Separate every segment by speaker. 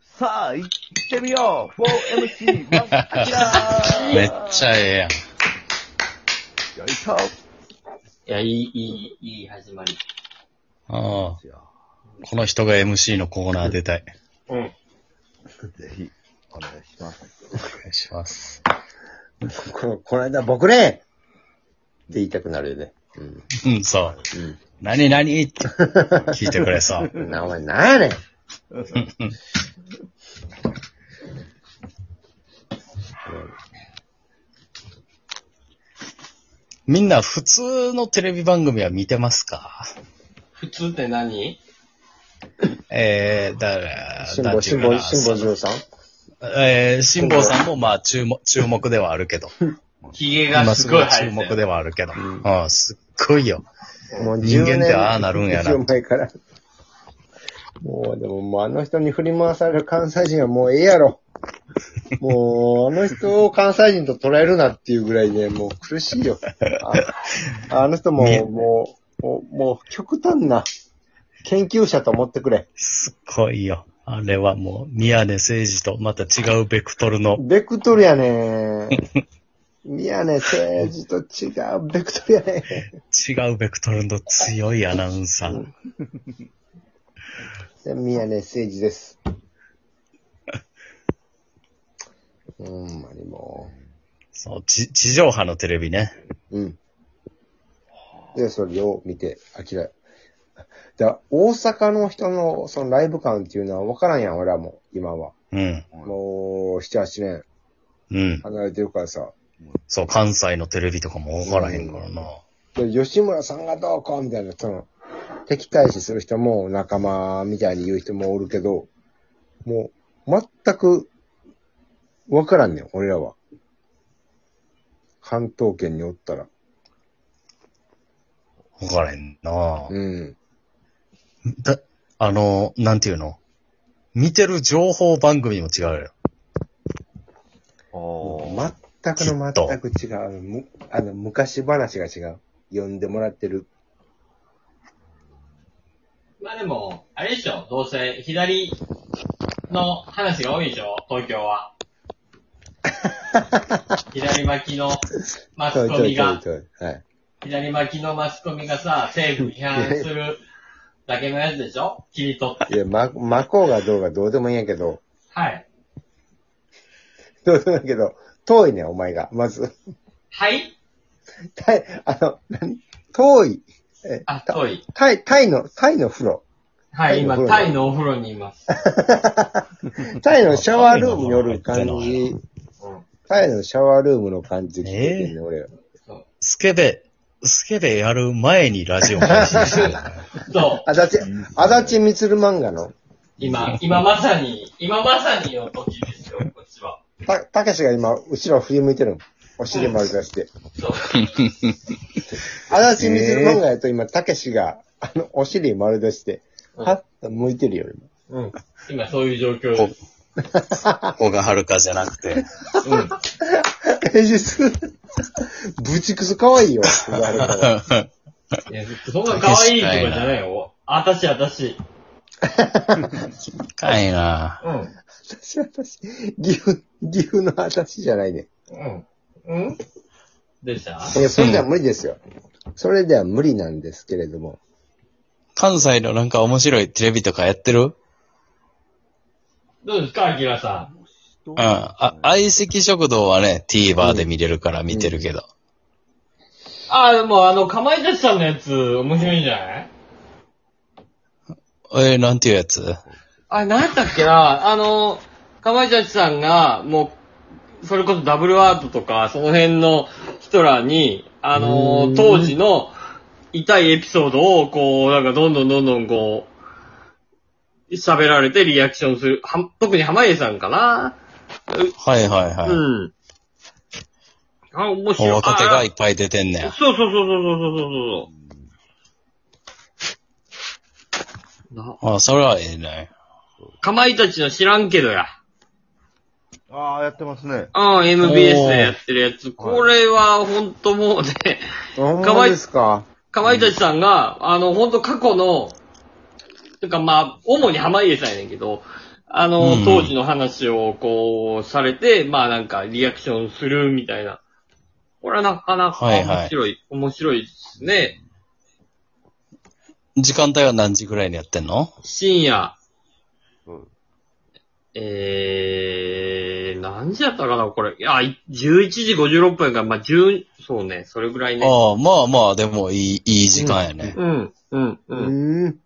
Speaker 1: さあ、行ってみよう !4MC、マスアキ ラー
Speaker 2: めっちゃええやん。
Speaker 1: よいしょ
Speaker 3: いや、いい、いい、いい始まり。
Speaker 2: うんこの人が MC のコーナー出たい。
Speaker 3: うん。
Speaker 1: ぜひ、お願いします。
Speaker 2: お願いします。
Speaker 4: ここの間、僕ねって言いたくなるよね。うん。
Speaker 2: うん、そう。何何って聞いてくれそう
Speaker 4: う。ん。な、お前、なんやねん。
Speaker 2: みんな普通のテレビ番組は見てますか
Speaker 3: 普通って何
Speaker 2: えー、だから、
Speaker 4: 辛
Speaker 2: なん
Speaker 4: 抱、
Speaker 2: ていう
Speaker 4: 辛
Speaker 2: かな
Speaker 4: 抱、辛抱十三
Speaker 2: えー、辛坊さんもまあ注目、注目ではあるけど。
Speaker 3: ヒゲが
Speaker 2: 今
Speaker 3: す
Speaker 2: す
Speaker 3: ご
Speaker 2: ご
Speaker 3: い
Speaker 2: い
Speaker 3: 入
Speaker 2: 注
Speaker 3: って
Speaker 2: 目
Speaker 3: る。
Speaker 2: ではあるけど。うん、すっごいよ。
Speaker 4: もう
Speaker 2: 人
Speaker 4: 10
Speaker 2: 間
Speaker 4: 年
Speaker 2: ってああなるんやな
Speaker 4: 以上前から。もう、でも、もうあの人に振り回される関西人はもうええやろ。もう、あの人を関西人と捉えるなっていうぐらいで、もう苦しいよ。ああの人も、
Speaker 2: ね
Speaker 4: もう、もう、もう極端な研究者と思ってくれ。
Speaker 2: すっごいよ。あれはもう、宮根誠司とまた違うベクトルの、
Speaker 4: ベクトルやねん。宮根誠司と違うベクトルやね
Speaker 2: 違うベクトルの強いアナウンサー。
Speaker 4: ん。宮根誠司です。ほんまにも
Speaker 2: そう、地地上波のテレビね。
Speaker 4: う。うん。で、それを見て、あきら。だ大阪の人のそのライブ感っていうのは分からんやん、俺はもう、今は。
Speaker 2: うん。
Speaker 4: もう、7、8年
Speaker 2: うん。
Speaker 4: 離れてるからさ。
Speaker 2: そう、関西のテレビとかもわからへんからな。
Speaker 4: で、吉村さんがどうこうみたいな、その、敵対視する人も仲間みたいに言う人もおるけど、もう、全く、わからんねん、俺らは。関東圏におったら。
Speaker 2: わからへんな。
Speaker 4: うん。
Speaker 2: だ、あの、なんていうの見てる情報番組も違うよ。
Speaker 1: おー。
Speaker 4: 全くの全く違う。むあの、昔話が違う。呼んでもらってる。
Speaker 3: まあでも、あれでしょどうせ、左の話が多いでしょ東京 は。左巻きのマスコミが、
Speaker 4: ちょいちょいちょいはい。
Speaker 3: 左巻きのマスコミがさ、政府批判するだけのやつでしょ切り取って。
Speaker 4: いや、ま、まこうがどうがどうでもいいんやけど、
Speaker 3: はい。
Speaker 4: どうでもいいんやけど、遠いねん、お前が。まず。
Speaker 3: はい
Speaker 4: タイ、あの、何遠い。え
Speaker 3: あ、遠い。
Speaker 4: タイ、タイの、タイの風呂。
Speaker 3: はい、今、タ
Speaker 4: タ
Speaker 3: イ
Speaker 4: イ
Speaker 3: のお風呂にいます。
Speaker 4: タイのシャワールームによる感じ。
Speaker 3: うん。
Speaker 4: タイのシャワールームの感じ聞こえてんね、俺。
Speaker 3: そ
Speaker 2: スケベ、スケベやる前にラジオ配信してるからね。
Speaker 3: う。そう。
Speaker 4: あだち、あだちみつる漫画の、
Speaker 3: 今、今まさに、今まさにの時ですよ、こっちは。
Speaker 4: た、たけしが今、後ろ振り向いてるの。お尻丸出して。
Speaker 3: そう。
Speaker 4: あだちみつる漫画やと今、たけしが、あの、お尻丸出して、
Speaker 3: うん
Speaker 4: はっと向いてるよ、今。
Speaker 3: うん。今そういう状況です。
Speaker 2: 小賀遥じゃなくて。
Speaker 3: うん。
Speaker 4: 芸術、ぶちくそ可愛いよ、あれから
Speaker 3: いや、そんな可愛いとかじゃないよ。あたしあたし。
Speaker 2: かいな。
Speaker 3: うん。
Speaker 4: 私、私、岐阜、岐阜の私じゃないね。
Speaker 3: うん。うんでした
Speaker 4: いや、それでは無理ですよ。それでは無理なんですけれども。
Speaker 2: 関西のなんか面白いテレビとかやってる
Speaker 3: どうですか、アキラさん。
Speaker 2: うん。あ、相席食堂はね、TVer で見れるから見てるけど。
Speaker 3: あ、でもあの、かまいたちさんのやつ、面白いんじゃない
Speaker 2: えー、なんていうやつ
Speaker 3: あ、なんやったっけなあの、かまいたちさんが、もう、それこそダブルアートとか、その辺の人らに、あの、当時の痛いエピソードを、こう、なんかどんどんどんどんこう、喋られてリアクションする。は特に濱家さんかな、
Speaker 2: はいはいはい。
Speaker 3: うん。あ、面白い。
Speaker 2: 若手がい
Speaker 3: い
Speaker 2: っぱい出てんねや。
Speaker 3: そうそうそうそうそうそうそう。な
Speaker 2: あ、それはええね。
Speaker 3: かまいたちの知らんけどや。
Speaker 1: あー、やってますね。
Speaker 3: うん、MBS でやってるやつ。これは、ほんともうね、
Speaker 4: ほん
Speaker 3: かわ
Speaker 4: ま
Speaker 3: い
Speaker 4: ですか
Speaker 3: かまいたちさんが、あの、ほんと過去の、とかまあ、主に濱家さんやねんけど、あの、
Speaker 2: うん
Speaker 3: 当時の話をこう、されて、まあなんかリアクションするみたいな。これはなかなか
Speaker 2: はいはい
Speaker 3: 面白い、面白いですね。
Speaker 2: 時間帯は何時ぐらいにやってんの
Speaker 3: 深夜、
Speaker 1: うん。
Speaker 3: えー、何時だったかな、これ。いや、い11時56分から、まあ10、そうね、それぐらいね。
Speaker 2: ああ、まあまあ、でもいい、いい時間やね。
Speaker 3: うん、うん、
Speaker 4: う
Speaker 3: うん。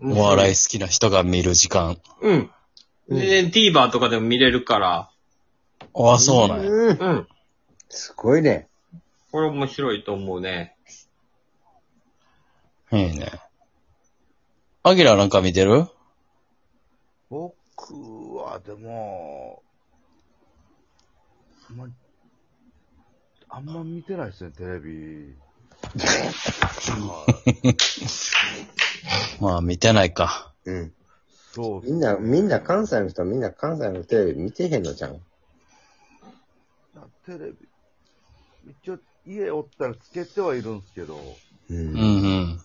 Speaker 4: ーん。
Speaker 2: お笑い好きな人が見る時間。
Speaker 3: うん。で、TVer とかでも見れるから、
Speaker 2: ああ、そうなんや。
Speaker 4: うん。
Speaker 3: うん。
Speaker 4: すごいね。
Speaker 3: これ面白いと思うね。
Speaker 2: いいね。アギラなんか見てる
Speaker 1: 僕は、でも、あんま、あんま見てないですね、テレ ビ。はい
Speaker 2: まあ、見てないか。
Speaker 4: うん。
Speaker 1: そう
Speaker 4: みんな、みんな関西の人みんな関西のテレビ見てへんのじゃん。
Speaker 1: テレビ、一応、家おったらつけてはいるんですけど、
Speaker 2: う
Speaker 4: う。
Speaker 2: んんうん。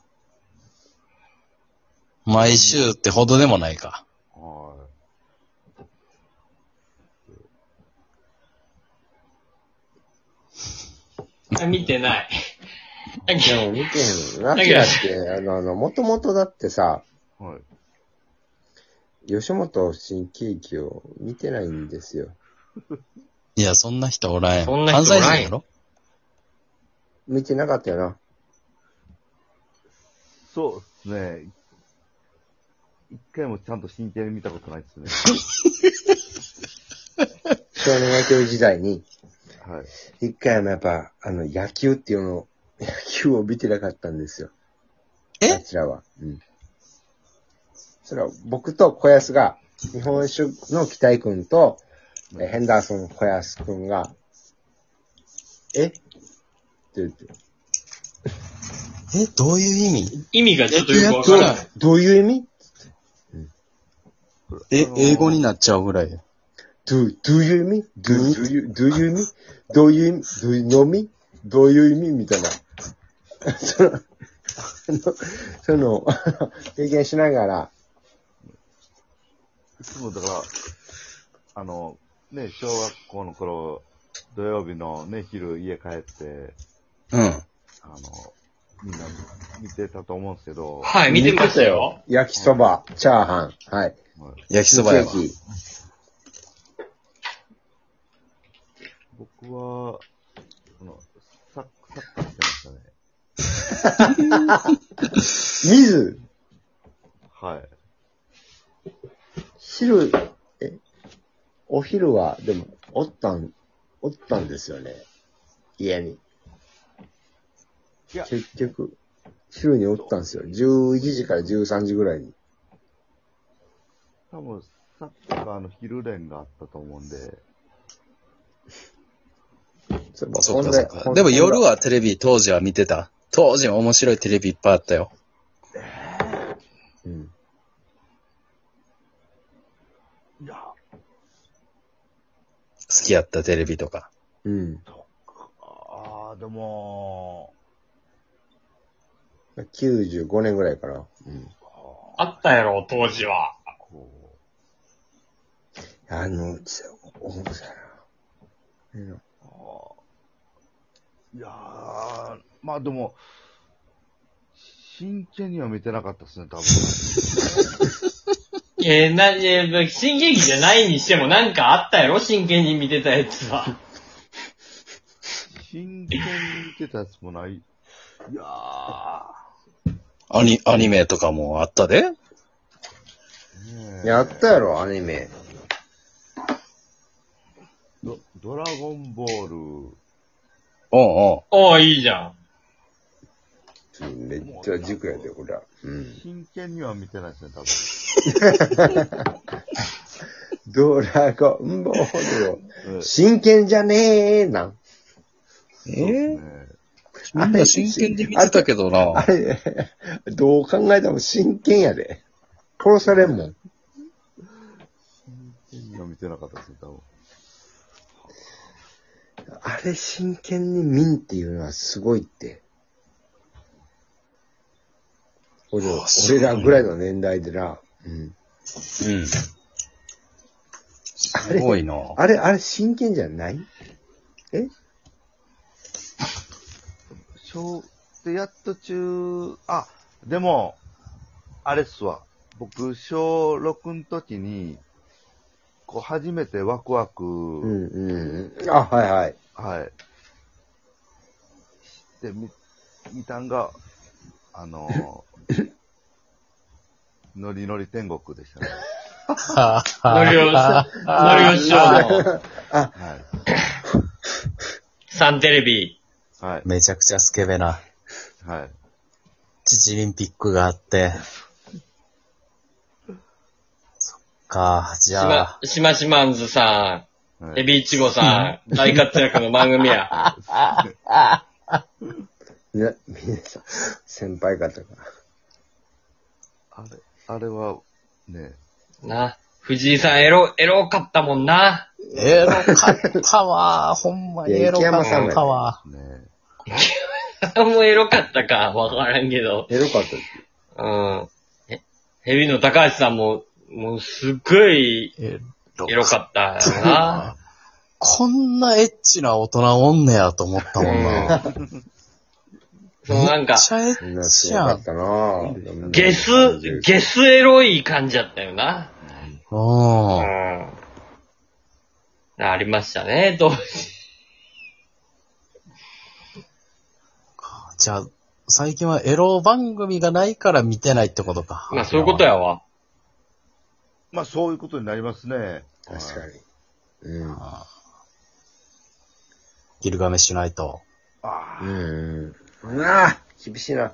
Speaker 2: 毎週ってほどでもないか。
Speaker 1: は
Speaker 3: あ見てない。
Speaker 4: でも見てへんの。なきだって、あの、あの、もともとだってさ、
Speaker 1: い。はい。
Speaker 4: 吉本新喜劇を見てないんですよ。
Speaker 2: いや、そんな人おらんやん。
Speaker 3: そんな人お
Speaker 2: 関西
Speaker 3: らん
Speaker 2: 人やろ
Speaker 4: 見てなかったよな。
Speaker 1: そうですね。一回もちゃんと真剣に見たことないですね。
Speaker 4: 少年野球時代に。
Speaker 1: はい。
Speaker 4: 一回もやっぱ、あの、野球っていうのを、野球を見てなかったんですよ。
Speaker 2: え
Speaker 4: あちらは。うん。それは僕と小安が、日本酒の北井くんと、えヘンダーソン小安くんが、えって言って、
Speaker 2: え、どういう意味
Speaker 3: 意味がちょっとよくわか
Speaker 4: どう
Speaker 3: らない。
Speaker 4: どういう意味
Speaker 2: え
Speaker 1: あ、の
Speaker 2: 英語になっちゃうぐらいや。
Speaker 4: どう、どういう意味どうどういう、どういう意味どういう意味どういうのみどういう意味みたいな。 その、あの、その、 経験しながら、
Speaker 1: いつもだから、あの、ね、小学校の頃、土曜日のね、昼家帰って、
Speaker 2: う
Speaker 1: あ
Speaker 2: ん。
Speaker 1: の、みんな見てたと思うんですけど、
Speaker 3: はい、見てましたよ。
Speaker 4: 焼きそば、チャーハン、は
Speaker 1: は
Speaker 4: い。
Speaker 1: い
Speaker 2: 焼きそばやわ。
Speaker 4: ケーキ
Speaker 1: 僕は、その、サッサッカーしてましたね。
Speaker 4: 水、
Speaker 1: はい。
Speaker 4: 汁、え、お昼は、でも、おったん、おったんですよね。家に。
Speaker 1: いや
Speaker 4: 結局、昼におったんですよ。11時から13時ぐらいに。
Speaker 1: 多分、サッカーの昼練があったと思うんで、
Speaker 4: そう
Speaker 2: そっかそっか。でも夜、はテレビ当時は見てた。当時も面白いテレビいっぱいあったよ。
Speaker 4: ほんでほんで
Speaker 1: いや、
Speaker 2: 好きやったテレビとか。
Speaker 4: うん。うん
Speaker 1: ああ、でも、
Speaker 4: 95年ぐらいかな。うん。
Speaker 3: あったやろ、当時は。
Speaker 1: こ
Speaker 4: あの、ちお思ったな。うん
Speaker 1: う、あーいやー、まあでも、真剣には見てなかったですね、多分。
Speaker 3: えー、な、えー、新劇じゃないにしてもなんかあったやろ真剣に見てたやつ は。
Speaker 1: 真剣に見てたやつもない。いや
Speaker 2: アニ、アニメとかもあったで
Speaker 1: ー、ねえ
Speaker 4: やったやろ、アニメ。
Speaker 1: ドドラゴンボール、
Speaker 2: おう
Speaker 3: おー、いいじゃん。
Speaker 4: うんめっちゃ軸やで、これは。うん。
Speaker 1: 真剣には見てないですね、多分。
Speaker 4: ドラゴンボー
Speaker 1: え
Speaker 4: ル。真剣じゃねーな
Speaker 2: お
Speaker 4: ん。
Speaker 2: う。
Speaker 1: え
Speaker 2: え
Speaker 1: ね
Speaker 2: みんな真剣で見てたけど
Speaker 4: あ
Speaker 2: な。
Speaker 4: れ、どう考えても真剣やで。殺されんもん。
Speaker 1: 真剣には見てなかったですね、多分。
Speaker 4: あれ、真剣に民っていうのはすごいって。俺
Speaker 2: あそう
Speaker 4: 俺らぐらいの年代でな、うん。
Speaker 2: うん。すごいな。
Speaker 4: あれ、あれ、真剣じゃないえ
Speaker 1: 小、で、やっと中、あ、でも、あれっすわ。僕、小6の時に、こう、初めてワクワク、
Speaker 4: うんうん。あ、はいはい。
Speaker 1: はい。で、み、みたんが、あの ーノリノリ天国でしたね。
Speaker 3: ノリオシノリオシショーの
Speaker 1: はい。
Speaker 3: サンテレビ。
Speaker 1: はい。
Speaker 2: めちゃくちゃスケベな。
Speaker 1: はい。
Speaker 2: 父リンピックがあって。そっか、じ
Speaker 3: し
Speaker 2: ゃ
Speaker 3: ま
Speaker 2: あ、、
Speaker 3: しましまんずさ
Speaker 1: は
Speaker 3: ん、エ
Speaker 1: い、
Speaker 3: ビイチゴさん、大活躍の番組 や。
Speaker 4: ね、皆さん、先輩方が。
Speaker 1: あれ、あれは、ね、
Speaker 3: な、藤井さんエロ、エロかったもんな。
Speaker 2: エロかったわ。ほんまにエロかったわ。
Speaker 1: ね、
Speaker 3: もうエロかったか、わからんけど。
Speaker 4: エロかったです。
Speaker 3: うん。えヘビの高橋さんも、もうすっごい
Speaker 2: エロ
Speaker 3: エロかったよな。
Speaker 2: こんなエッチな大人おんねやと思ったもんな。
Speaker 3: そのなん
Speaker 2: め
Speaker 3: か
Speaker 2: っ、ちゃエ
Speaker 4: みんな
Speaker 2: ッ
Speaker 4: す
Speaker 2: チ
Speaker 4: ご
Speaker 2: や
Speaker 4: か
Speaker 2: ん
Speaker 4: っ。たなぁ。
Speaker 3: ゲス、ゲスエロい感じだったよな。う
Speaker 2: うん。
Speaker 3: ん。ありましたね、当時。
Speaker 2: じゃあ、最近はエロ番組がないから見てないってことか。
Speaker 3: まあそういうこと。やわ。
Speaker 1: まあ、そういうことになりますね。
Speaker 4: 確
Speaker 1: は
Speaker 4: か
Speaker 1: い。
Speaker 4: に。うん。
Speaker 2: ギルガメしないと。
Speaker 1: あ
Speaker 4: うん。うわぁ、厳しいな。